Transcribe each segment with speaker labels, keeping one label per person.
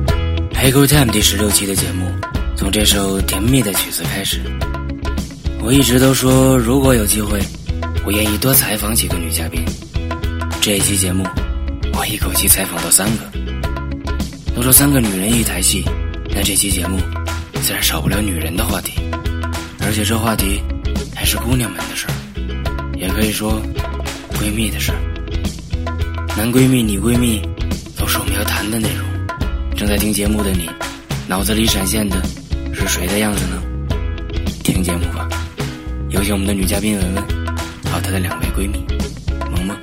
Speaker 1: 《Echo Time》第十六期的节目，从这首甜蜜的曲子开始。我一直都说，如果有机会，我愿意多采访几个女嘉宾。这一期节目，我一口气采访到三个。都说三个女人一台戏，那这期节目自然少不了女人的话题，而且这话题还是姑娘们的事儿，也可以说闺蜜的事儿。男闺蜜、女闺蜜都是我们要谈的内容。正在听节目的你，脑子里闪现的是谁的样子呢？听节目吧，有请我们的女嘉宾文文和她的两位闺蜜萌萌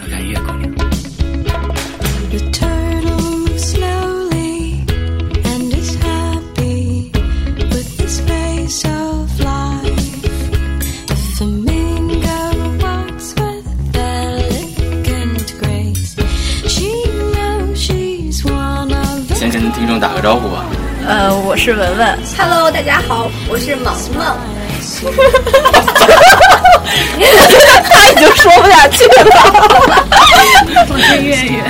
Speaker 1: 和甘月姑娘。
Speaker 2: The turtle slowly and is happy with his face of life. The flamingo walks with elegant grace. She knows she's one of the
Speaker 1: 先跟听众打个招呼吧。
Speaker 3: 呃，我是文文，
Speaker 4: Hello，大家好，我是萌萌。
Speaker 3: 他已经说不下去了，
Speaker 4: 我是月月。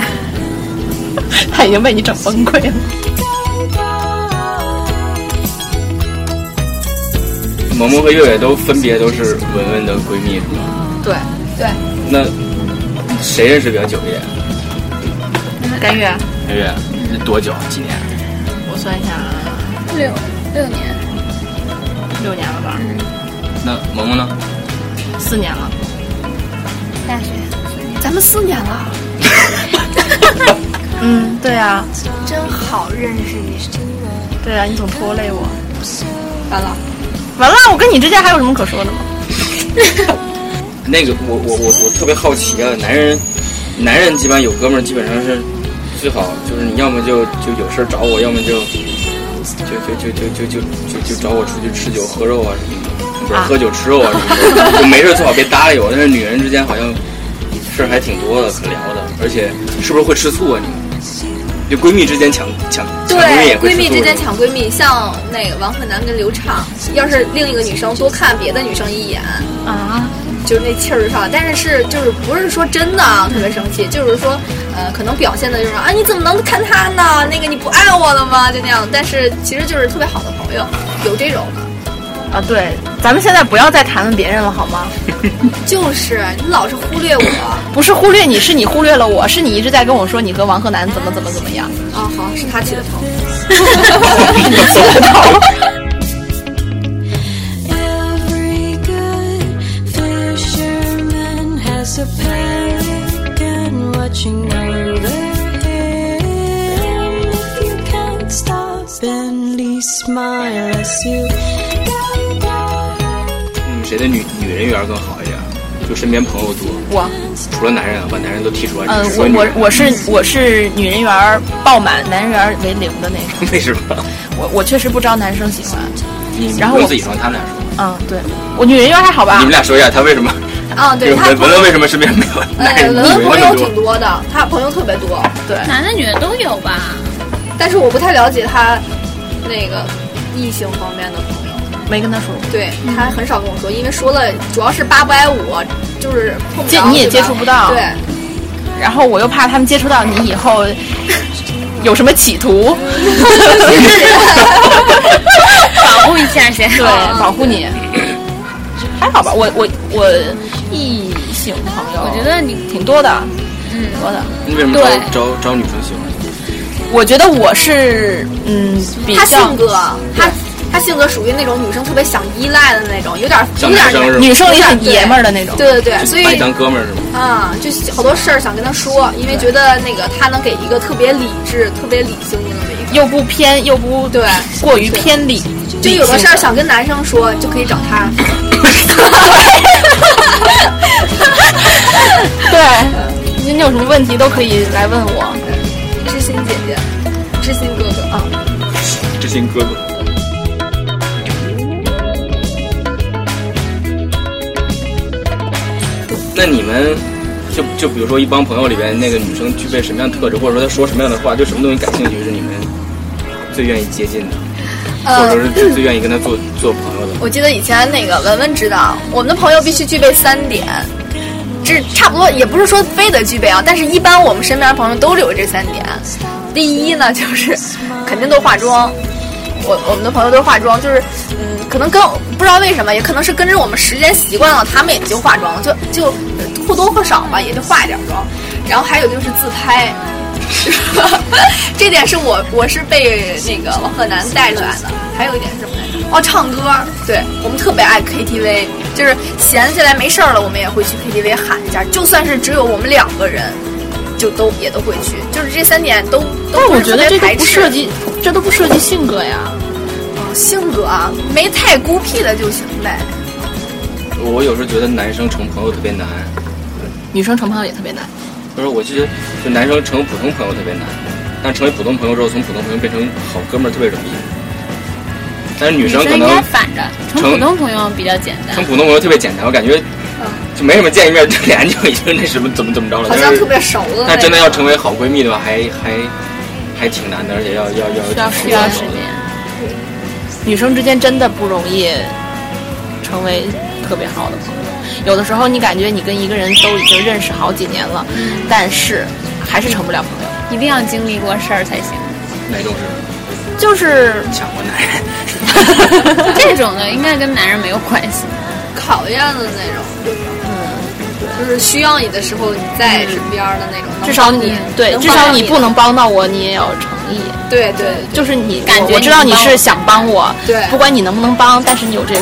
Speaker 3: 他已经被你整崩溃了。
Speaker 2: go-go.
Speaker 5: 萌萌和月月都分别都是文文的闺蜜，是吗？
Speaker 3: 对，
Speaker 4: 对，
Speaker 5: 那谁认识比较久一点？
Speaker 3: 甘月，
Speaker 5: 月月多久？啊几年？
Speaker 3: 我算一下，啊
Speaker 4: 六六年，嗯
Speaker 3: 六年了吧，
Speaker 5: 那萌萌呢？
Speaker 3: 四年了。
Speaker 4: 大学，咱们四年 了，
Speaker 3: 嗯，对啊，
Speaker 4: 真好认识你。
Speaker 3: 对啊，你总拖累我。
Speaker 4: 完了，
Speaker 3: 完了，我跟你之间还有什么可说的吗？
Speaker 5: 那个我我我我特别好奇啊，男人男人基本上有哥们儿，基本上是最好就是你要么就就有事儿找我，要么就就就就就就就就就找我出去吃酒喝肉啊什么的，不是喝酒吃肉啊什么的，就没事儿最好别搭理我。但是女人之间好像事儿还挺多的，可聊的，而且是不是会吃醋啊？你们就闺蜜之间抢抢抢东西也
Speaker 4: 对，
Speaker 5: 会
Speaker 4: 闺
Speaker 5: 吃醋
Speaker 4: 蜜之
Speaker 5: 是
Speaker 4: 间
Speaker 5: 吗
Speaker 4: 抢闺蜜，像那个王鹤南跟刘畅，要是另一个女生多看别的女生一眼，
Speaker 3: 啊，
Speaker 4: 就是那气儿就上来。但是是就是不是说真的啊，特别生气，就是说，呃，可能表现的就是啊，你怎么能看他呢？那个你不爱我了吗？就那样。但是其实就是特别好的朋友，有这种的。
Speaker 3: 啊，对，咱们现在不要再谈论别人了，好吗？
Speaker 4: 就是你老是忽略我 啊、
Speaker 3: 不是忽略你，是你忽略了我，是你一直在跟我说你和王鹤南怎么怎么怎么样。
Speaker 4: 哦好，是他起的头。
Speaker 2: Every good fisherman has a pelican watching over him. If you can't stop and least smile as you go, go.
Speaker 5: 嗯谁的女女人缘更好一点？就身边朋友多，
Speaker 3: 我，
Speaker 5: 除了男人啊，把男人都剔除了，
Speaker 3: 呃，
Speaker 5: 只说
Speaker 3: 我
Speaker 5: 女人
Speaker 3: 我我是我是女人缘儿爆满，男人缘儿为零的那种。
Speaker 5: 啊 为什么？
Speaker 3: 我我确实不招男生喜欢。
Speaker 5: 你
Speaker 3: 然后
Speaker 5: 不
Speaker 3: 我
Speaker 5: 用自己说，他们俩说。
Speaker 3: 嗯，对，我女人缘儿还好吧
Speaker 5: 你？们俩说一下，他为什么？
Speaker 4: 啊，对
Speaker 5: 就
Speaker 4: 他
Speaker 5: 文
Speaker 4: 朋友，
Speaker 5: 文文为什么身边没有男
Speaker 4: 哎，
Speaker 5: 人？
Speaker 4: 文
Speaker 5: 女
Speaker 4: 文
Speaker 5: 人
Speaker 4: 朋友
Speaker 5: 那么多
Speaker 4: 挺多的，他朋友特别多，
Speaker 3: 对，
Speaker 6: 男的女的都有吧？
Speaker 4: 但是我不太了解他那个异性方面的朋友。
Speaker 3: 没跟他说过。
Speaker 4: 对
Speaker 3: 嗯
Speaker 4: 他很少跟我说，因为说了主要是八不爱我，就是碰不
Speaker 3: 接
Speaker 4: 着，
Speaker 3: 你也
Speaker 4: 对吧
Speaker 3: 接触不到
Speaker 4: 对，
Speaker 3: 然后我又怕他们接触到你以 后有什么企图，
Speaker 6: 保护一下谁？
Speaker 3: 对，
Speaker 4: 哦
Speaker 3: 保护你。还好吧，我我我异性朋友，
Speaker 6: 我觉得你
Speaker 3: 挺多的，嗯，挺多的。
Speaker 5: 你为什么
Speaker 6: 对
Speaker 5: 招招招女生喜欢？
Speaker 3: 我觉得我是嗯比
Speaker 4: 他
Speaker 3: 较
Speaker 4: 性格，他他性格属于那种女生特别想依赖的那种，有点有
Speaker 5: 像男生
Speaker 4: 点
Speaker 5: 似的，
Speaker 3: 女生里很爷们儿的那种，
Speaker 4: 对对对，呃所以
Speaker 5: 把你当哥们儿是吗？
Speaker 4: 啊、就好多事儿想跟他说，因为觉得那个他能给一个特别理智、特别理性的那么一个。
Speaker 3: 又不偏又不
Speaker 4: 对
Speaker 3: 过于偏理，
Speaker 4: 就有的事儿想跟男生说，就可以找 他。
Speaker 3: 对，你有什么问题都可以来问我。
Speaker 4: 知心姐姐，知心哥哥啊，
Speaker 5: 知心哥哥，那你们就就比如说一帮朋友里边那个女生具备什么样的特质，或者说她说什么样的话，对什么东西感兴趣，是你们最愿意接近的，或者
Speaker 4: 呃
Speaker 5: 说，是最最愿意跟她做做朋友的。
Speaker 4: 我记得以前那个文文知道，我们的朋友必须具备三点，这差不多也不是说非得具备啊，但是一般我们身边的朋友都有这三点。第一呢，就是肯定都化妆。我我们的朋友都化妆，就是嗯，可能跟不知道为什么，也可能是跟着我们时间习惯了，他们也就化妆了，就就呃或多或少吧，也就化一点妆。然后还有就是自拍， 这点是我我是被那个王鹤南带出来的。还有一点是什么来着？哦，唱歌，对我们特别爱 KTV，就是闲下来没事儿了，我们也会去 KTV 喊一下，就算是只有我们两个人。就都也都会去，就是这三点都。都
Speaker 3: 但
Speaker 4: 不
Speaker 3: 我
Speaker 4: 是
Speaker 3: 觉得
Speaker 4: 特别
Speaker 3: 这都
Speaker 4: 排
Speaker 3: 不
Speaker 4: 斥
Speaker 3: 涉及，这都不涉及性格呀。
Speaker 4: 性格啊，没太孤僻的就行呗。
Speaker 5: 我有时候觉得男生成朋友特别难，
Speaker 3: 女生成朋友也特别难。
Speaker 5: 就是我记得就男生成为普通朋友特别难，但成为普通朋友之后，从普通朋友变成好哥们儿特别容易。但是女生可
Speaker 6: 应
Speaker 5: 能
Speaker 6: 该反着，成
Speaker 5: 成
Speaker 6: 普通朋友比较简单
Speaker 5: 成。普通朋友特别简单，我感觉就没什么见一面就俩人就已经那什么怎么怎么着了。
Speaker 3: 哎
Speaker 4: 好像
Speaker 5: 但是
Speaker 4: 特别熟了。
Speaker 5: 但真的要成为好闺蜜的话，还还还挺难的，而且要要
Speaker 3: 需要
Speaker 5: 要
Speaker 3: 时
Speaker 5: 挺
Speaker 6: 需要
Speaker 5: 成
Speaker 6: 时
Speaker 5: 熟的。
Speaker 6: 间。
Speaker 3: 女生之间真的不容易成为特别好的朋友。有的时候你感觉你跟一个人都已经认识好几年了，
Speaker 4: 嗯
Speaker 3: 但是还是成不了朋友。
Speaker 6: 一定要经历过事儿才行。
Speaker 5: 哪种是
Speaker 3: 就是
Speaker 5: 抢过男人？
Speaker 6: 这种的应该跟男人没有关系。
Speaker 4: 考验的那种，嗯，就是需要你的时候你在身边的那种。
Speaker 3: 至少你对，
Speaker 4: 能
Speaker 3: 至
Speaker 4: 帮
Speaker 3: 少
Speaker 4: 到
Speaker 3: 你
Speaker 4: 的
Speaker 3: 不能帮到我，你也要有诚意。
Speaker 4: 对对对
Speaker 3: 就是你
Speaker 6: 感觉
Speaker 3: 我我知道你是想帮我，
Speaker 4: 你能帮我对
Speaker 3: 不管你能不能帮，但是你有这个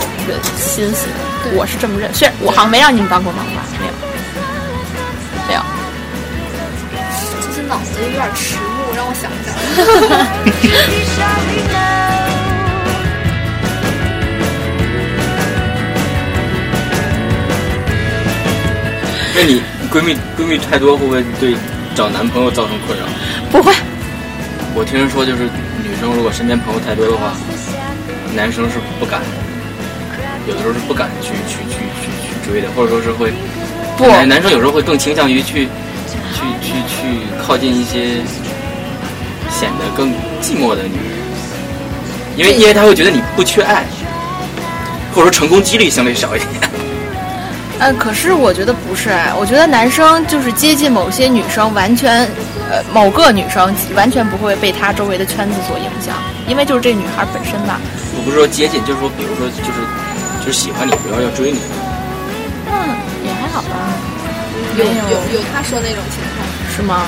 Speaker 3: 心思，我是这么认。虽然我好像没让你们帮过忙吧，没有，没有。
Speaker 4: 就是脑子有点迟暮，让我想一想。
Speaker 5: 那你闺蜜闺蜜太多会不会对找男朋友造成困扰？
Speaker 3: 不会，
Speaker 5: 我听人说，就是女生如果身边朋友太多的话，男生是不敢，有的时候是不敢去去去去去追的，或者说是会
Speaker 3: 不
Speaker 5: 男男生有时候会更倾向于去去去去靠近一些显得更寂寞的女人，因为因为他会觉得你不缺爱，或者说成功几率相对少一点。
Speaker 3: 呃，可是我觉得不是哎，我觉得男生就是接近某些女生，完全，呃，某个女生完全不会被她周围的圈子所影响，因为就是这女孩本身吧。
Speaker 5: 我不是说接近，就是说比如说就是就是喜欢你，不要要追你，
Speaker 3: 嗯，也还好吧。
Speaker 4: 有有有他说那种情况，
Speaker 3: 是吗？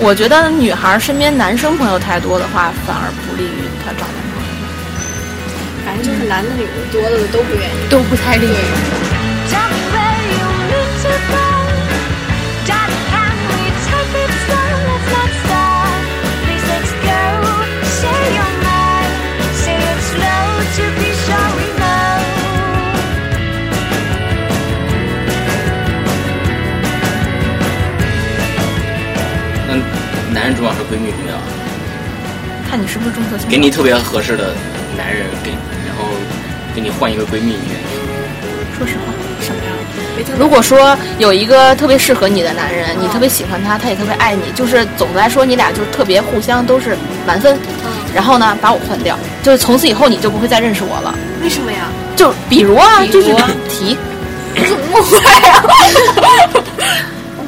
Speaker 3: 我觉得女孩身边男生朋友太多的话，反而不利于她找男朋友。
Speaker 4: 反正就是男的女的多的都不愿意。
Speaker 6: 都不太利于。
Speaker 2: Tell me where you need to go. Darling, can we take it slow? Let's not stop. Please let's go. Say your mind. Say it slow to be sure we know.
Speaker 5: 那男人主要是闺蜜啊重要。
Speaker 3: 看你是不是中色倾
Speaker 5: 给
Speaker 3: 向。
Speaker 5: 你特别合适的男人给，然后给你换一个闺蜜，你愿意
Speaker 3: 说实话，什么呀？如果说有一个特别适合你的男人，你特别喜欢他，他也特别爱你，就是总的来说，你俩就是特别互相都是满分。
Speaker 6: 嗯
Speaker 3: 然后呢，把我换掉，就是从此以后你就不会再认识我了。
Speaker 4: 为什么呀？
Speaker 3: 就比如啊，
Speaker 6: 比
Speaker 3: 就
Speaker 6: 如
Speaker 3: 是
Speaker 6: 啊
Speaker 3: 提，
Speaker 4: 误会啊！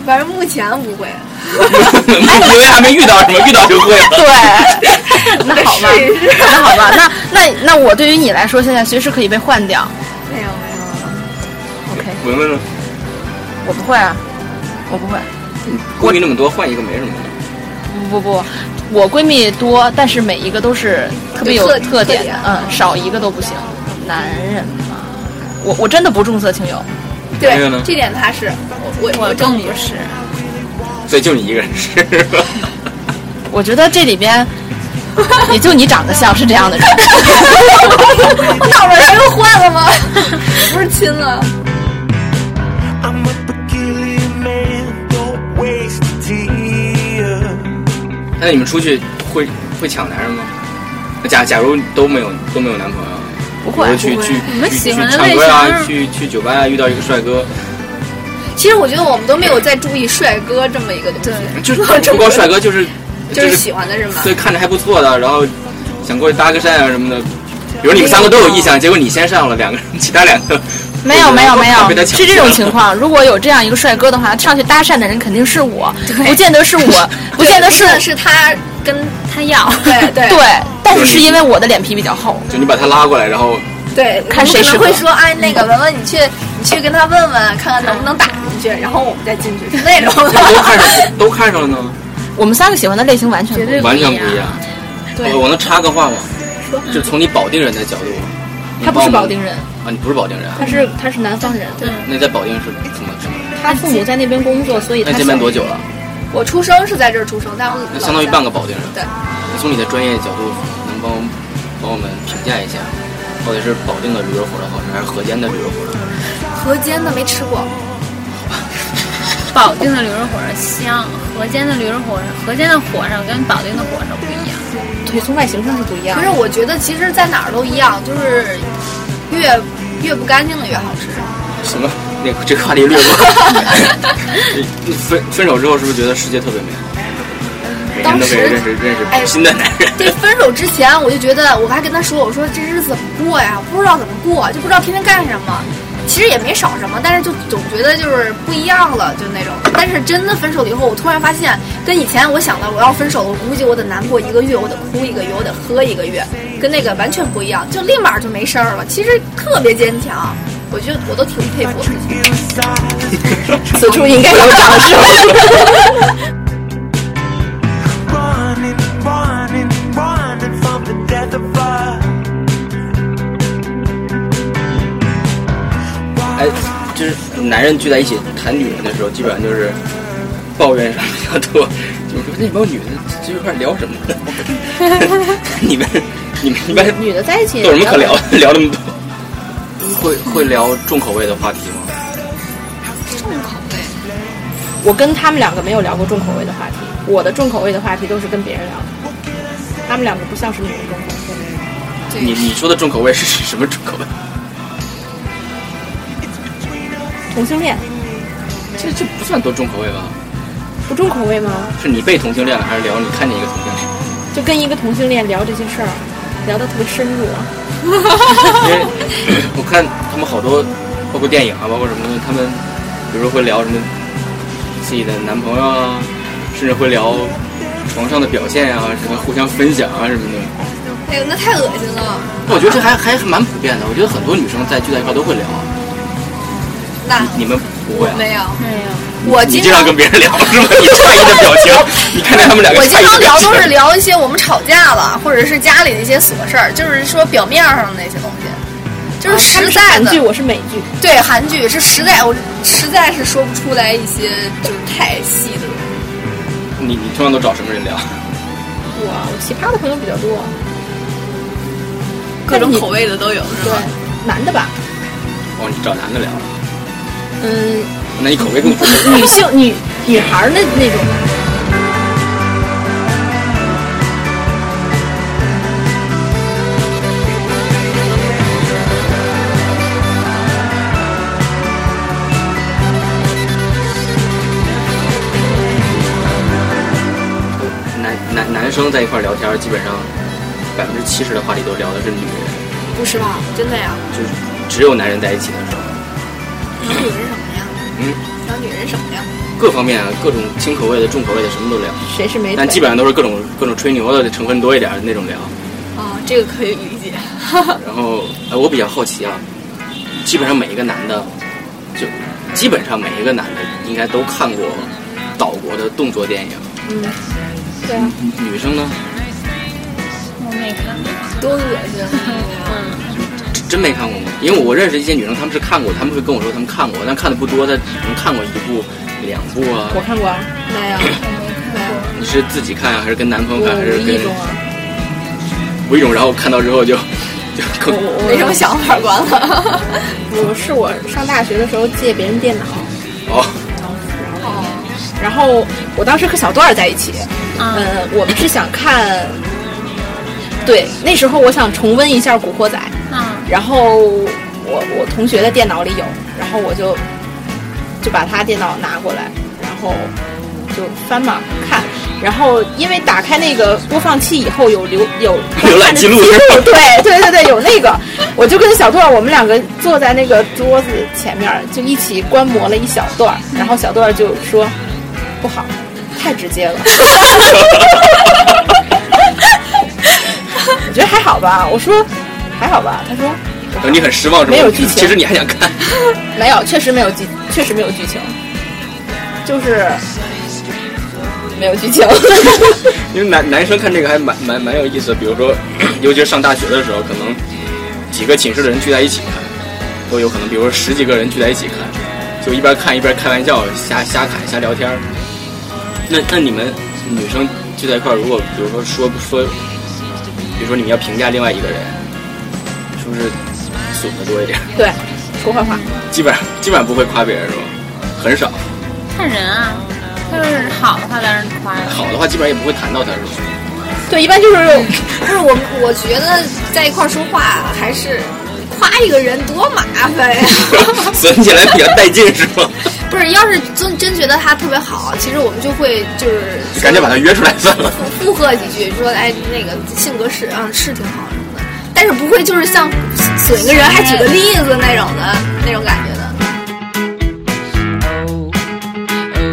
Speaker 4: 反正目前不会，
Speaker 5: 吗？因为还没遇到什么，遇到就会了。
Speaker 3: 对， 那好吧，那好吧，那那那我对于你来说，现在随时可以被换掉。
Speaker 4: 没有没有。
Speaker 3: OK，
Speaker 5: 文文呢？
Speaker 3: 我不会啊，我不会。
Speaker 5: 闺蜜那么多，换一个没什么。
Speaker 3: 不不不，我闺蜜多，但是每一个都是特别有
Speaker 4: 有特
Speaker 3: 特点
Speaker 4: 特点
Speaker 3: 的，嗯，少一个都不行。男人嘛，我我真的不重色轻友，
Speaker 5: 还有呢
Speaker 4: 对，这点他是我我我证明
Speaker 6: 是，
Speaker 5: 所以就你一个人是 吧？
Speaker 3: 我觉得这里边也就你长得像是这样的人。
Speaker 4: 我脑门儿又换了吗？不是亲了。
Speaker 7: I'm a peculiar man, don't waste a tear.
Speaker 5: 那你们出去会会抢男人吗？假假如都没有都没有男朋友，
Speaker 3: 不会
Speaker 5: 比如去去
Speaker 6: 你们
Speaker 5: 去
Speaker 6: 喜
Speaker 5: 去
Speaker 6: 欢的
Speaker 5: 唱歌
Speaker 6: 类型
Speaker 5: 啊，
Speaker 6: 是
Speaker 5: 去去酒吧啊，遇到一个帅哥，
Speaker 4: 其实我觉得我们都没有在注意帅哥这么一个东西，
Speaker 5: 就是不光帅哥，就是
Speaker 4: 就是喜欢的是吗？
Speaker 5: 对看着还不错的，然后想过去搭个讪啊什么的。比如你们三个都有意向，结果你先上了，两个人其他两个
Speaker 3: 没有 没有没
Speaker 5: 被他
Speaker 3: 有，
Speaker 5: 抢
Speaker 3: 是这种
Speaker 5: 劫了
Speaker 3: 情况。如果有这样一个帅哥的话，上去搭讪的人肯定是我，不见得是我，不见得是
Speaker 4: 但是他跟
Speaker 6: 他要，
Speaker 4: 对对
Speaker 3: 对，但是
Speaker 5: 就是
Speaker 3: 是因为我的脸皮比较厚。
Speaker 5: 就你把他拉过来，然后
Speaker 4: 对，
Speaker 3: 看谁
Speaker 4: 我们可
Speaker 3: 适
Speaker 4: 能
Speaker 3: 合
Speaker 4: 会说，哎，那个文文，你去你去跟他问问，看看能不能打进去，然后我们再进去，是那 种
Speaker 5: 都
Speaker 4: 的。
Speaker 5: 看 上都看上了呢，
Speaker 3: 我们三个喜欢的类型完全不
Speaker 6: 绝对
Speaker 3: 一样。
Speaker 5: 完全不一样。哦
Speaker 4: 对
Speaker 5: 我我能插个话吗？就从你保定人的角度，你
Speaker 3: 他不是
Speaker 5: 帮我们
Speaker 3: 保定人，
Speaker 5: 啊，你不是保定人啊，
Speaker 3: 他是他是南方人，
Speaker 5: 那在保定是怎么怎么？
Speaker 3: 他父母在那边工作，所以
Speaker 5: 那见面多久了？
Speaker 4: 我出生是在这儿出生，但我
Speaker 5: 那相当于半个保定人。
Speaker 4: 对，
Speaker 5: 那从你的专业角度，能帮我们帮我们评价一下，到底是保定的驴肉火烧好吃，还是河间的驴肉火烧好吃？
Speaker 4: 河间的没吃过，
Speaker 6: 保定的驴肉火烧香，河间的驴肉火烧，河间的火烧跟保定的火烧不一样。
Speaker 3: 对，从外形上是不一样
Speaker 4: 可。是我觉得其实，在哪儿都一样，就是越越不干净的越好吃。
Speaker 5: 什么？ 那个这个话题 略过。你分分手之后是不是觉得世界特别美好？每天都可以认识认识
Speaker 4: 哎
Speaker 5: 新的男人。
Speaker 4: 这分手之前，我就觉得，我还跟他说，我说这日子怎么过呀？不知道怎么过，就不知道天天干什么。其实也没少什么，但是就总觉得就是不一样了，就那种。但是真的分手了以后，我突然发现，跟以前我想的，我要分手了，我估计我得难过一个月，我得哭一个月，我得喝一个月，跟那个完全不一样，就立马就没事儿了。其实特别坚强，我觉得我都挺佩服我自己。
Speaker 3: 此处应该有掌声。
Speaker 7: running, running, running from the death of love.
Speaker 5: 哎，就是男人聚在一起谈女人的时候，基本上就是抱怨上比较多。 你说哎那帮女的这一块聊什么呢？ 你们你们一般
Speaker 3: 女的在一起
Speaker 5: 有什么可聊？的？聊那么多？会会聊重口味的话题吗？
Speaker 3: 我跟他们两个没有聊过重口味的话题，我的重口味的话题都是跟别人聊的。他们两个不像是女人重口味，
Speaker 5: 你你说的重口味是是什么重口味？
Speaker 3: 同性恋
Speaker 5: 这这不算多重口味吧？
Speaker 3: 不重口味吗？
Speaker 5: 是你被同性恋了，还是聊你看见一个同性恋？
Speaker 3: 就跟一个同性恋聊这些事儿，聊得特别深入。啊
Speaker 5: 因为我看他们好多，包括电影啊，包括什么东西，他们有时候会聊什么自己的男朋友啊，甚至会聊床上的表现啊，什么互相分享啊什么的。
Speaker 4: 哎呦，那太恶心了，
Speaker 5: 我觉得这还还蛮普遍的，我觉得很多女生在聚在一块都会聊。
Speaker 4: 那
Speaker 5: 你们不会啊？
Speaker 4: 没有，
Speaker 6: 没有，
Speaker 4: 我
Speaker 5: 你
Speaker 4: 经
Speaker 5: 经
Speaker 4: 常
Speaker 5: 常跟别人聊 是吗？你诧异的表情，你看着他们两个
Speaker 4: 我经
Speaker 5: 诧
Speaker 4: 常
Speaker 5: 异的表
Speaker 4: 聊
Speaker 5: 情
Speaker 4: 都是聊一些我们吵架了，或者是家里的一些琐事儿，就是说表面上的那些东西，就是实在
Speaker 3: 哦韩
Speaker 4: 的。
Speaker 3: 剧我是美剧，
Speaker 4: 对韩剧是实在，我实在是说不出来一些就是太细的东西。
Speaker 5: 你你通常都找什么人聊？
Speaker 3: 我我奇葩的朋友比较多，
Speaker 4: 各种口味的都 有，是
Speaker 3: 对
Speaker 4: 吧？，
Speaker 3: 男的吧，
Speaker 5: 哦，你找男的聊，
Speaker 3: 嗯，
Speaker 5: 那你口味更重。
Speaker 3: 女性女女孩儿的那种。
Speaker 5: 男男男生在一块儿聊天儿，基本上百分之七十的话题都聊的是女人，
Speaker 4: 不是吧？真的呀？
Speaker 5: 就是只有男人在一起的时
Speaker 4: 聊
Speaker 5: 候，
Speaker 4: 女人什么呀？
Speaker 5: 嗯，
Speaker 4: 聊女人什么呀？
Speaker 5: 各方面啊，各种轻口味的、重口味的，什么都聊，
Speaker 3: 谁是美
Speaker 5: 但基
Speaker 3: 腿？
Speaker 5: 本上都是各种各种吹牛的成分多一点儿的那种聊。
Speaker 4: 啊，这个可以理 解。
Speaker 5: 然后，哎，我比较好奇啊，基本上每一个男的，就基本上每一个男的应该都看过岛国的动作电影，
Speaker 3: 嗯
Speaker 4: 对啊，
Speaker 5: 女生呢
Speaker 6: 我没看过。
Speaker 4: 多恶心！
Speaker 5: 真没看过吗？因为我认识一些女生，她们是看过，她们会跟我说她们看过，但看的不多，但可能看过一部、两部啊。
Speaker 3: 我看过啊，
Speaker 4: 没有，
Speaker 5: 你是自己看啊还是跟男朋
Speaker 3: 我
Speaker 5: 友看，还是
Speaker 3: 无意
Speaker 5: 跟
Speaker 3: 中啊，
Speaker 5: 无意中？然后看到之后就就
Speaker 3: 我
Speaker 5: 更
Speaker 3: 我
Speaker 4: 没什么想法，管了。
Speaker 3: 我是我上大学的时候借别人电脑，
Speaker 5: 哦，
Speaker 3: 然后我当时和小段儿在一起，
Speaker 6: 啊
Speaker 3: 嗯，我们是想看，对，那时候我想重温一下《古惑仔》，
Speaker 6: 啊，
Speaker 3: 然后我我同学的电脑里有，然后我就就把他电脑拿过来，然后就翻嘛看，然后因为打开那个播放器以后有浏有
Speaker 5: 浏览记录
Speaker 3: 记录， 对对对对，有那个，我就跟小段儿我们两个坐在那个桌子前面儿，就一起观摩了一小段儿，然后小段儿就说不好，太直接了。 我觉得还好吧，我说还好吧，他说
Speaker 5: 等哦你很失望之后，
Speaker 3: 没有剧情
Speaker 5: 其实你还想看，
Speaker 3: 没有，确实没有剧，确实没有剧情，就是没有剧情。
Speaker 5: 因为男男生看这个还蛮蛮蛮有意思的。比如说， 尤其是上大学的时候，可能几个寝室的人聚在一起看，都有可能。比如说十几个人聚在一起看，就一边看一边开玩笑，瞎瞎侃瞎聊天儿。那那你们女生聚在一块儿，如果比如说说说，比如说你们要评价另外一个人，是不是损的多一点？
Speaker 3: 对，说坏话。
Speaker 5: 基本上基本上不会夸别人是吧？很少，
Speaker 6: 看人啊，他要是好的话当然夸了，
Speaker 5: 好的话基本上也不会谈到他是吧？
Speaker 3: 对，一般就是
Speaker 4: 不是我，我觉得在一块儿说话还是夸一个人多麻烦 呀。
Speaker 5: 损起来比较带劲是吧？
Speaker 4: 不是，要是真真觉得他特别好，其实我们就会就是
Speaker 5: 就 赶紧把他约出来算了。
Speaker 4: 附附和几句，说哎那个性格是啊是挺好什么的，但是不会就是像损一个人还举个例子那种的那种感觉的。
Speaker 8: Oh, oh,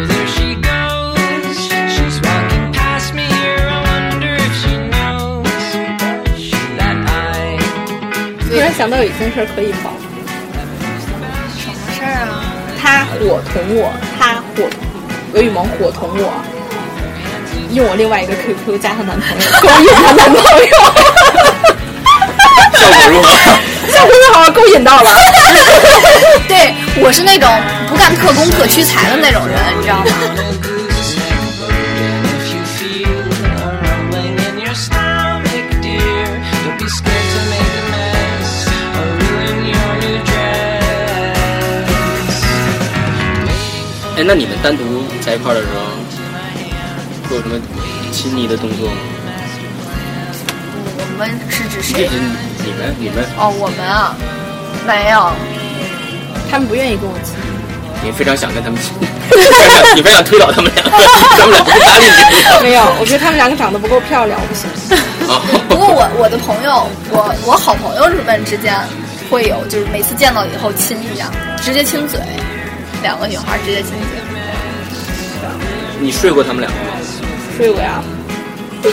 Speaker 8: there she goes. She's walking past me here. I wonder if she knows that I
Speaker 3: 突然想到有一件事儿可以报。
Speaker 4: 是啊，
Speaker 3: 他伙同我，他伙刘雨萌伙同我，用我另外一个 QQ 加她男朋 友，勾引她男朋友，
Speaker 5: 效果如何？
Speaker 3: 效果就好像勾引到了。
Speaker 4: 对我是那种不干特工特屈才的那种人，你知道吗？
Speaker 8: And if you feel a rumbling in your stomach, dear, don't be scared to make a mess or ruin your new dress.
Speaker 5: 哎，那你们单独在一块儿的时候，会有什么亲昵的动作吗？
Speaker 4: 我们是只
Speaker 5: 这是你们你们
Speaker 4: 哦，我们啊，没有，
Speaker 3: 他们不愿意跟我 亲，
Speaker 5: 你非常想跟他们 亲，你非常推倒他们俩， 他们俩不搭理你。
Speaker 3: 没有，我觉得他们两个长得不够漂亮，我 不行。
Speaker 4: 不
Speaker 5: 哦，
Speaker 4: 过我我的朋友，我我好朋友们之间会有，就是每次见到以后亲一下，直接亲嘴，两个女孩直接亲 嘴。
Speaker 5: 你睡过他们两个吗？
Speaker 3: 睡过呀？
Speaker 4: 对，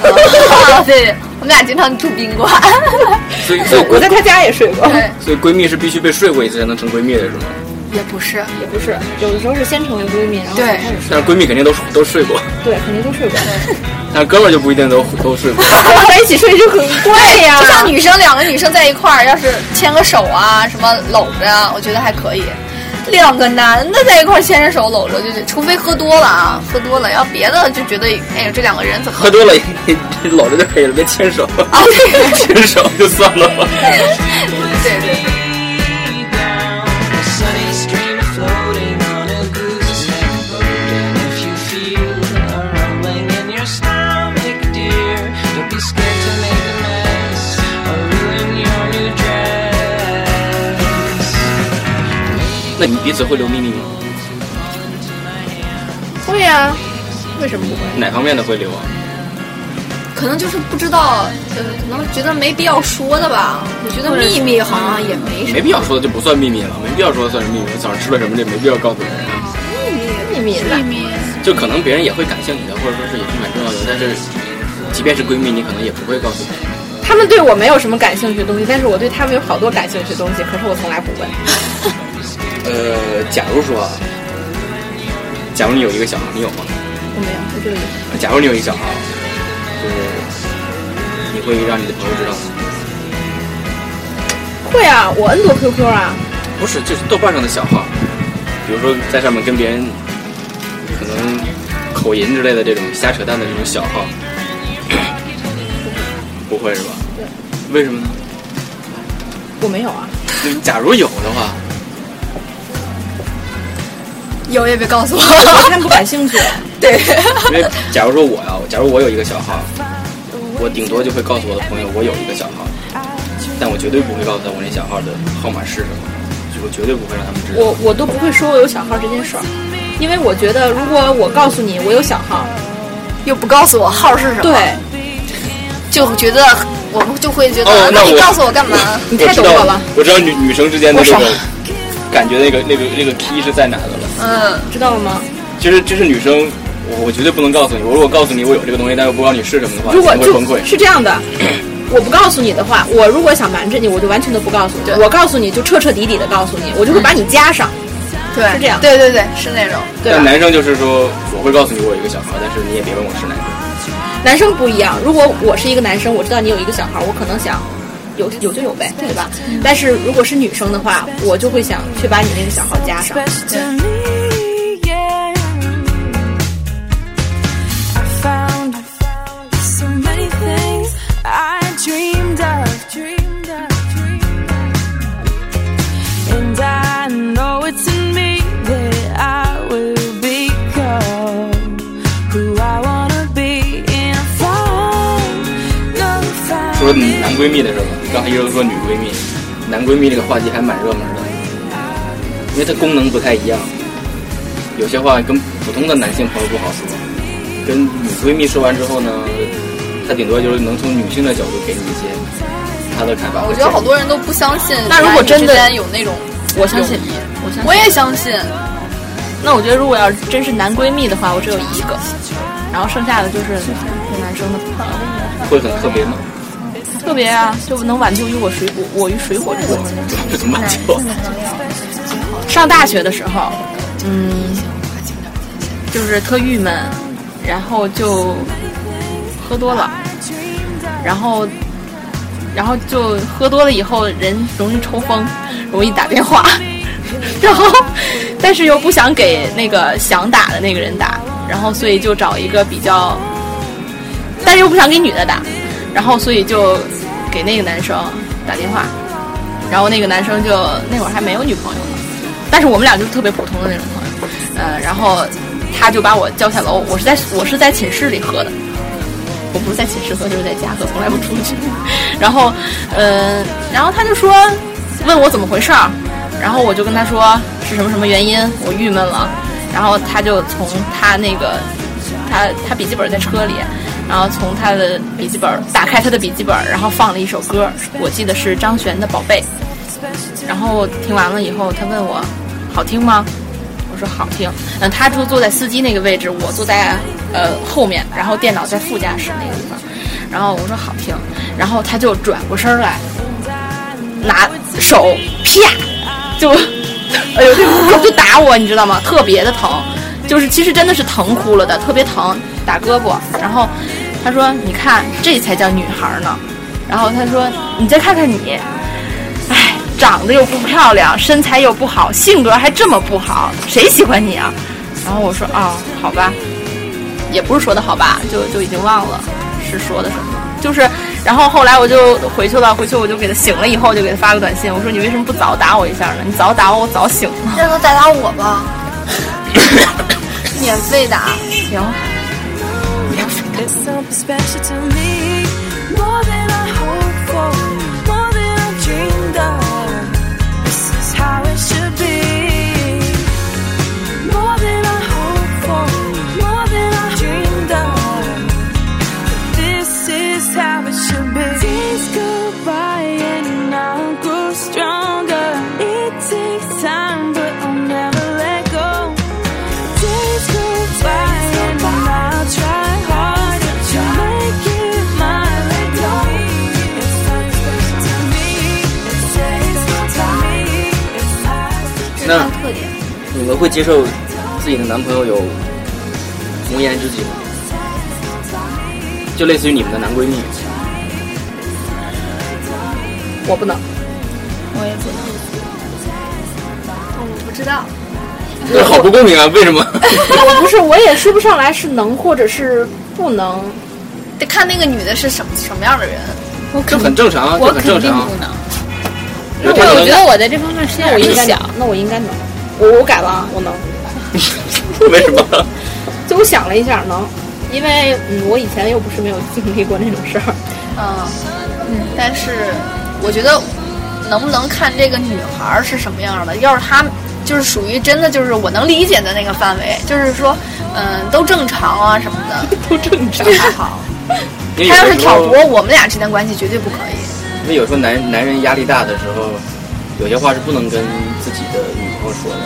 Speaker 4: 我们俩经常住宾馆。
Speaker 5: 所以所以
Speaker 3: 我我在
Speaker 5: 闺
Speaker 3: 他家也睡过，
Speaker 4: 对，
Speaker 5: 所以闺蜜是必须被睡过一次才能成闺蜜的是吗？
Speaker 4: 也不是，
Speaker 3: 也不是，有的时候是先成为闺蜜，然后
Speaker 4: 对
Speaker 3: 才开始睡。
Speaker 5: 但是闺蜜肯定都都睡过，
Speaker 3: 对，肯定都睡过。
Speaker 5: 但是哥们儿就不一定都都睡过。
Speaker 3: 在一起睡就很怪呀
Speaker 4: 就像女生两个女生在一块儿，要是牵个手啊，什么搂着啊，我觉得还可以。两个男的在一块儿牵着手搂着，就是除非喝多了啊，喝多了，要别的就觉得，哎呀，这两个人怎么
Speaker 5: 喝多了也也搂着就可以了，别牵手，
Speaker 4: 啊？ 对
Speaker 5: 牵手就算了吧。
Speaker 4: 对对。
Speaker 8: down a sunny stream floating on a gooseneck boat. And if you feel a rumbling in your stomach, dear, don't be scared to make a mess or ruin your new dress.
Speaker 5: 那你彼此会留秘密吗？
Speaker 3: 会呀，为什么不会？
Speaker 5: 哪方面的会留啊？
Speaker 4: 可能就是不知道，呃，可能觉得没必要说的吧。我觉得秘密好像也没什
Speaker 5: 没必要说的就不算秘密了，没必要说的算是秘密。我早上吃了什么这没必要告诉人啊，
Speaker 3: 秘密的
Speaker 6: 秘密
Speaker 5: 就可能别人也会感兴趣的，或者说是也是蛮重要的，但是即便是闺蜜，你可能也不会告诉别人。
Speaker 3: 他们对我没有什么感兴趣的东西，但是我对他们有好多感兴趣的东西，可是我从来不问。
Speaker 5: 呃，假如说，啊，假如你有一个小孩，你有吗？
Speaker 3: 我没有，我就有。
Speaker 5: 假如你有一个小孩，就是你会让你的朋友知道吗？
Speaker 3: 会啊，我 N 多 QQ 啊，
Speaker 5: 不是，就是豆瓣上的小号，比如说在上面跟别人可能口音之类的这种瞎扯淡的这种小 号，不会是吧？为什么呢？
Speaker 3: 我没有啊。
Speaker 5: 就假如有的话，
Speaker 4: 么。有也别告诉我。
Speaker 3: 他们不感兴趣。
Speaker 4: 对，
Speaker 5: 因为假如说我呀、假如我有一个小号，我顶多就会告诉我的朋友我有一个小号，但我绝对不会告诉他我那小号的号码是什么，就我绝对不会让他们知道。
Speaker 3: 我我都不会说我有小号这件事儿，因为我觉得如果我告诉你我有小号，
Speaker 4: 又不告诉我号是什么，
Speaker 3: 对，
Speaker 4: 就觉得我们就会觉得，
Speaker 3: 哎
Speaker 5: 哦那
Speaker 4: 那你
Speaker 5: 我
Speaker 4: 告诉我干嘛？
Speaker 5: 我
Speaker 4: 你
Speaker 5: 知
Speaker 4: 太懂
Speaker 5: 道
Speaker 4: 我了，，
Speaker 5: 我知道女女生之间的
Speaker 4: 我
Speaker 5: 那
Speaker 4: 爽
Speaker 5: 个感觉，那个那个那个 key 是在哪的了。
Speaker 6: 嗯，
Speaker 3: 知道了吗？
Speaker 5: 就是就是女生，我我绝对不能告诉你。我如果告诉你我有这个东西，但又不知道你是什么的话，
Speaker 3: 如
Speaker 5: 你
Speaker 3: 果
Speaker 5: 肯定会
Speaker 3: 就
Speaker 5: 崩溃。
Speaker 4: 啊
Speaker 3: 是这样的，我不告诉你的话，我如果想瞒着你，我就完全都不告诉你。我告诉你就彻彻底底的告诉你，我就会把你加上，
Speaker 4: 对，
Speaker 3: 是这样
Speaker 4: 对对对，是那种，
Speaker 3: 对
Speaker 5: 但
Speaker 3: 吧？
Speaker 5: 男生就是说，我会告诉你我有一个小孩，但是你也别问我是哪个。
Speaker 3: 男生不一样，如果我是一个男生，我知道你有一个小孩，我可能想。有有就有呗，对吧？但是如果是女生的话，我就会想去把你那个小号加上。
Speaker 7: expressed to me. Yeah, I found so many things I dreamed of, dreamed of, dreamed of, and I know it's in me that I will become who I wanna be. And I found no
Speaker 5: 说
Speaker 7: found
Speaker 5: 男闺蜜的时候，刚才一直说女闺蜜，男闺蜜这个话题还蛮热门的，因为它功能不太一样，有些话跟普通的男性朋友不好说，跟女闺蜜说完之后呢，她顶多就是能从女性的角度给你一些她的看法和
Speaker 4: 我
Speaker 5: 建议。
Speaker 4: 觉得好多人都不相信。
Speaker 3: 那如果真的
Speaker 4: 有那种，
Speaker 3: 我相信，我相
Speaker 4: 我也相信，
Speaker 3: 那我觉得，如果要是真是男闺蜜的话，我只有一个，然后剩下的就是男生的朋友。
Speaker 5: 会很特别吗？
Speaker 3: 特别啊，就能挽救于我水火，我于水火之中。
Speaker 5: 这怎么挽救？
Speaker 3: 上大学的时候，嗯，就是特郁闷，然后就喝多了，然后，然后就喝多了以后，人容易抽风，容易打电话， 然后，但是又不想给那个想打的那个人打，然后所以就找一个比较，但是又不想给女的打，然后所以就给那个男生打电话，然后那个男生就那会儿还没有女朋友呢，但是我们俩就是特别普通的那种朋友，呃，然后他就把我叫下楼，我是在我是在寝室里喝的，我不是在寝室喝，就是在家喝，从来不出去。 然后，嗯、然后他就说问我怎么回事儿，然后我就跟他说是什么什么原因，我郁闷了，然后他就从他那个他他笔记本在车里，然后从他的笔记本打开他的笔记本，然后放了一首歌，我记得是张悬的《宝贝》。然后听完了以后，他问我好听吗？我说好听。嗯，他就坐在司机那个位置，我坐在呃后面，然后电脑在副驾驶那个地方。然后我说好听，然后他就转过身来，拿手啪就， 哎呦，就就打我，你知道吗？特别的疼，就是其实真的是疼哭了的，特别疼，打胳膊。然后他说：“你看，这才叫女孩呢。”然后他说：“你再看看你，哎，长得又不漂亮，身材又不好，性格还这么不好，谁喜欢你啊？”然后我说：“哦，好吧。”也不是说的好吧，就就已经忘了是说的什么，就是，然后后来我就回去了，回去我就给他醒了以后就给他发个短信，我说你为什么不早打我一下呢？你早打我，我早醒了。
Speaker 4: 这能打打我吧？免费打，
Speaker 3: 行，
Speaker 7: There's something special to me, more than I hoped for, more than I dreamed of. This is how it should be. More than I hoped for, more than I dreamed of. This is how it should be. Tears goodbye and I'll grow stronger. It takes time, but I'll never let go. Days go by and I'll try hard to make it mine. Let go. It's time to me. It takes to me. It's time.
Speaker 5: 那
Speaker 4: 特点。
Speaker 5: 你们会接受自己的男朋友有红颜知己吗？就类似于你们的男闺蜜，
Speaker 3: 我不能，
Speaker 6: 我也不能。
Speaker 4: 我不知道，
Speaker 5: 对，好不公平啊！为什么？
Speaker 3: 我不是，我也说不上来是能或者是不能。
Speaker 4: 得看那个女的是什么什么样的人。
Speaker 6: 我
Speaker 5: 这
Speaker 6: 肯
Speaker 5: 很正常啊，这
Speaker 6: 我
Speaker 5: 很
Speaker 6: 肯
Speaker 5: 正
Speaker 6: 定
Speaker 5: 常啊
Speaker 6: 不。能。
Speaker 5: 有可
Speaker 6: 我觉
Speaker 5: 能
Speaker 6: 得我在这方面是有
Speaker 3: 那我
Speaker 6: 点
Speaker 3: 应该
Speaker 6: 小
Speaker 3: 能，，那我应该能，我我改了，我能。
Speaker 5: 为什么？
Speaker 3: 就我想了一下，能，因为嗯，我以前又不是没有经历过那种事儿。
Speaker 4: 嗯，但是我觉得能不能看这个女孩儿是什么样的？要是她就是属于真的就是我能理解的那个范围，就是说嗯，都正常啊什么的，
Speaker 5: 都正 常
Speaker 4: 这还好。
Speaker 5: 因为有
Speaker 4: 他要
Speaker 5: 的
Speaker 4: 是
Speaker 5: 时
Speaker 4: 挑
Speaker 5: 候，
Speaker 4: 拨我们俩之间关系，绝对不可以。
Speaker 5: 因为有时候男男人压力大的时候，有些话是不能跟自己的女朋友说的，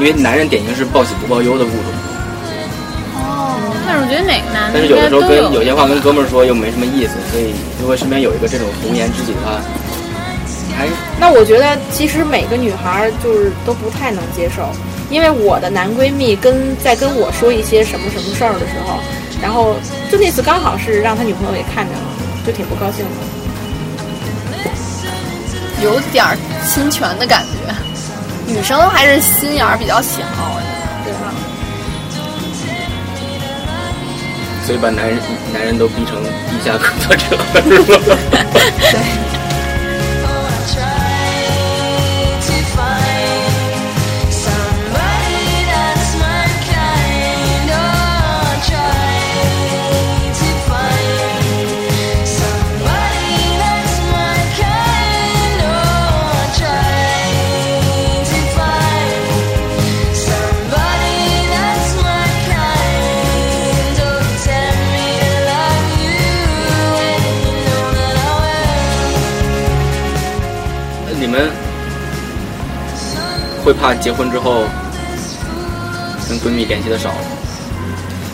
Speaker 5: 因为男人典型是报喜不报忧的物种。
Speaker 9: 但是我觉得每个男的
Speaker 5: 但是
Speaker 9: 应
Speaker 5: 有
Speaker 9: 该
Speaker 5: 的时候
Speaker 9: 都
Speaker 5: 跟有
Speaker 9: 有
Speaker 5: 些话跟哥们儿说又没什么意思，所以如果身边有一个这种红颜知己的话，还
Speaker 3: 那我觉得其实每个女孩儿就是都不太能接受，因为我的男闺蜜跟在跟我说一些什么什么事儿的时候，然后就那次刚好是让他女朋友也看见了，就挺不高兴的。
Speaker 4: 有点儿侵权的感觉。女生还是心眼儿比较小，对吧？
Speaker 5: 所以把男人男人都逼成地下工作者了，是吧？
Speaker 2: Oh, Oh,
Speaker 7: Oh,
Speaker 5: 那你们会怕结婚之后跟闺蜜联系的少吗？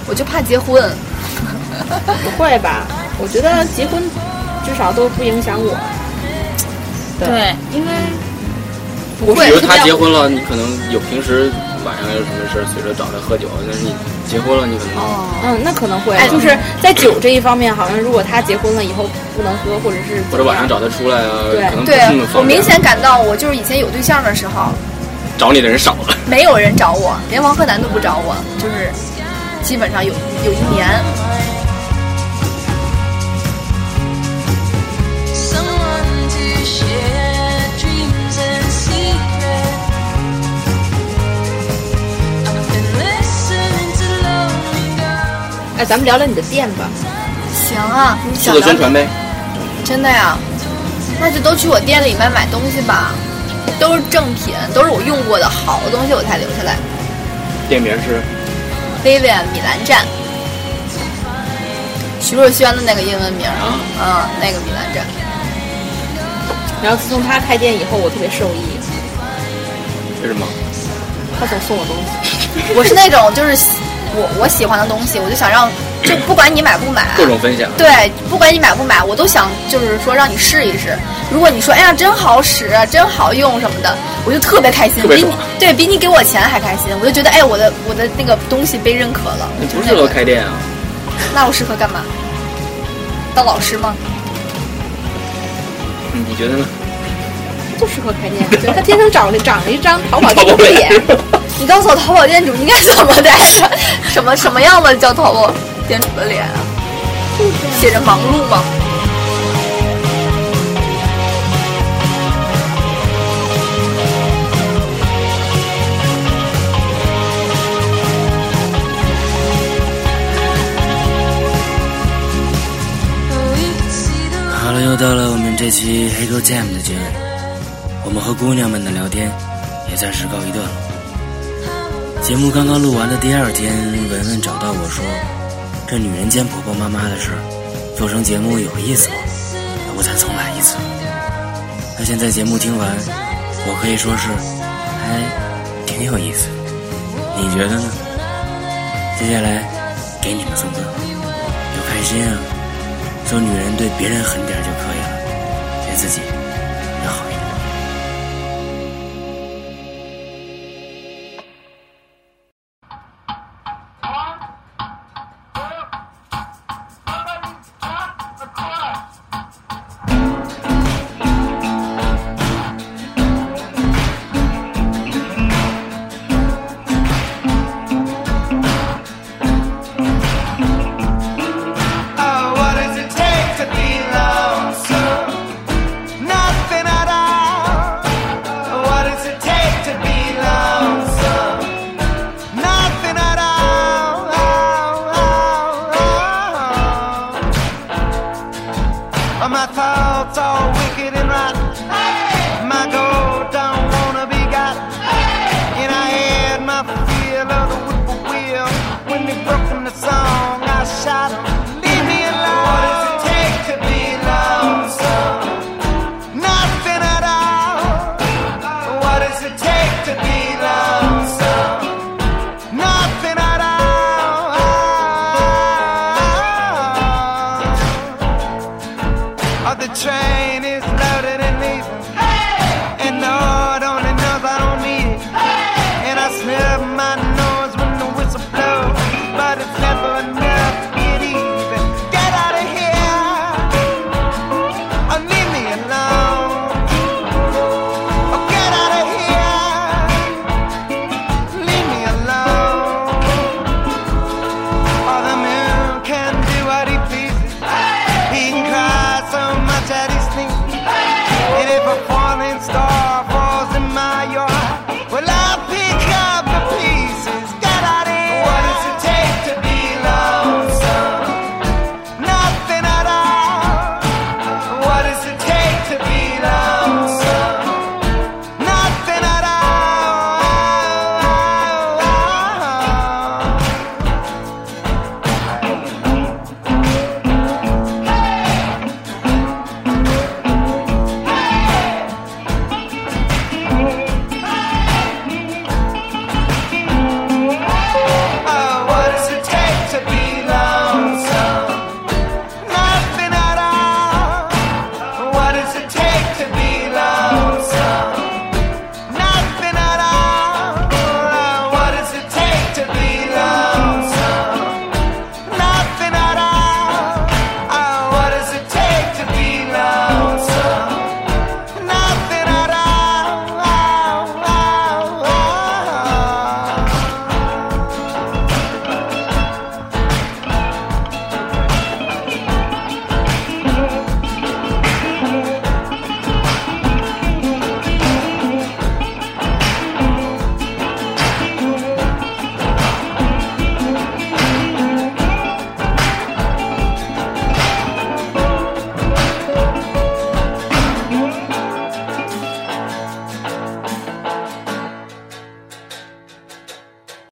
Speaker 4: 我就怕结婚，
Speaker 3: 不会吧？我觉得结婚至少都不影响我。啊
Speaker 9: 对，因为
Speaker 4: 不会
Speaker 5: 比如他结婚了，你可能有平时晚上有什么事儿随手找他喝酒，但是你结婚了，你可能、
Speaker 4: 哦
Speaker 3: 嗯，那可能会，
Speaker 4: 哎
Speaker 3: 就是在酒这一方面，好像如果他结婚了以后不能喝，或者是
Speaker 5: 或者晚上找他出来啊，
Speaker 3: 对
Speaker 5: 可能不
Speaker 4: 对
Speaker 5: 是那么
Speaker 4: 我
Speaker 5: 方便
Speaker 4: 明。显感到，我就是以前有对象的时候，
Speaker 5: 找你的人少了，
Speaker 4: 没有人找我，连王鹤南都不找我，就是基本上有有一年，
Speaker 7: Someone to share dreams and secrets. I've been listening to lonely girls.
Speaker 3: 哎，咱们聊聊你的店吧。
Speaker 4: 行啊，你
Speaker 5: 做
Speaker 4: 想
Speaker 5: 做
Speaker 4: 聊
Speaker 5: 宣传呗。
Speaker 4: 真的呀？那就都去我店里面买东西吧，都是正品，都是我用过的好东西，我才留下来。
Speaker 5: 店名是
Speaker 4: Vivian 米兰站，徐若瑄的那个英文名儿，
Speaker 5: 啊
Speaker 4: 嗯，那个米兰站。
Speaker 3: 然后自从他开店以后，我特别受益，
Speaker 5: 为什么？
Speaker 3: 他总送我东西。
Speaker 4: 我是那种就是喜我我喜欢的东西，我就想让，就不管你买不买，
Speaker 5: 各种分享。
Speaker 4: 对，不管你买不买，我都想就是说让你试一试。如果你说哎呀真好使，啊真好用什么的，我就特别开心，
Speaker 5: 特别
Speaker 4: 比你
Speaker 5: 爽
Speaker 4: 对比你给我钱还开心，我就觉得哎我的我的那个东西被认可了，
Speaker 5: 你
Speaker 4: 就
Speaker 5: 不
Speaker 4: 是
Speaker 5: 适
Speaker 4: 那
Speaker 5: 合
Speaker 4: 个
Speaker 5: 开店啊，
Speaker 4: 那我适合干嘛？当老师吗？
Speaker 5: 嗯你觉得呢？
Speaker 3: 就适合开店，就是他天生长了长了一张淘宝
Speaker 5: 淘宝
Speaker 3: 店的
Speaker 5: 脸
Speaker 3: 脸，
Speaker 4: 你告诉我淘宝店主应该怎么的？什么什么样的叫淘宝店主的脸啊？写着忙碌吗？
Speaker 1: 好了，又到了我们这期 h e g o Jam 的结尾，我们和姑娘们的聊天也暂时告一段落。节目刚刚录完的第二天，文文找到我说：“这女人间婆婆妈妈的事儿，做成节目有意思吗？要不咱重来一次？”那现在节目听完，我可以说是还挺有意思，你觉得呢？接下来给你们送歌，要开心啊！做女人对别人狠点儿就可以了，对自己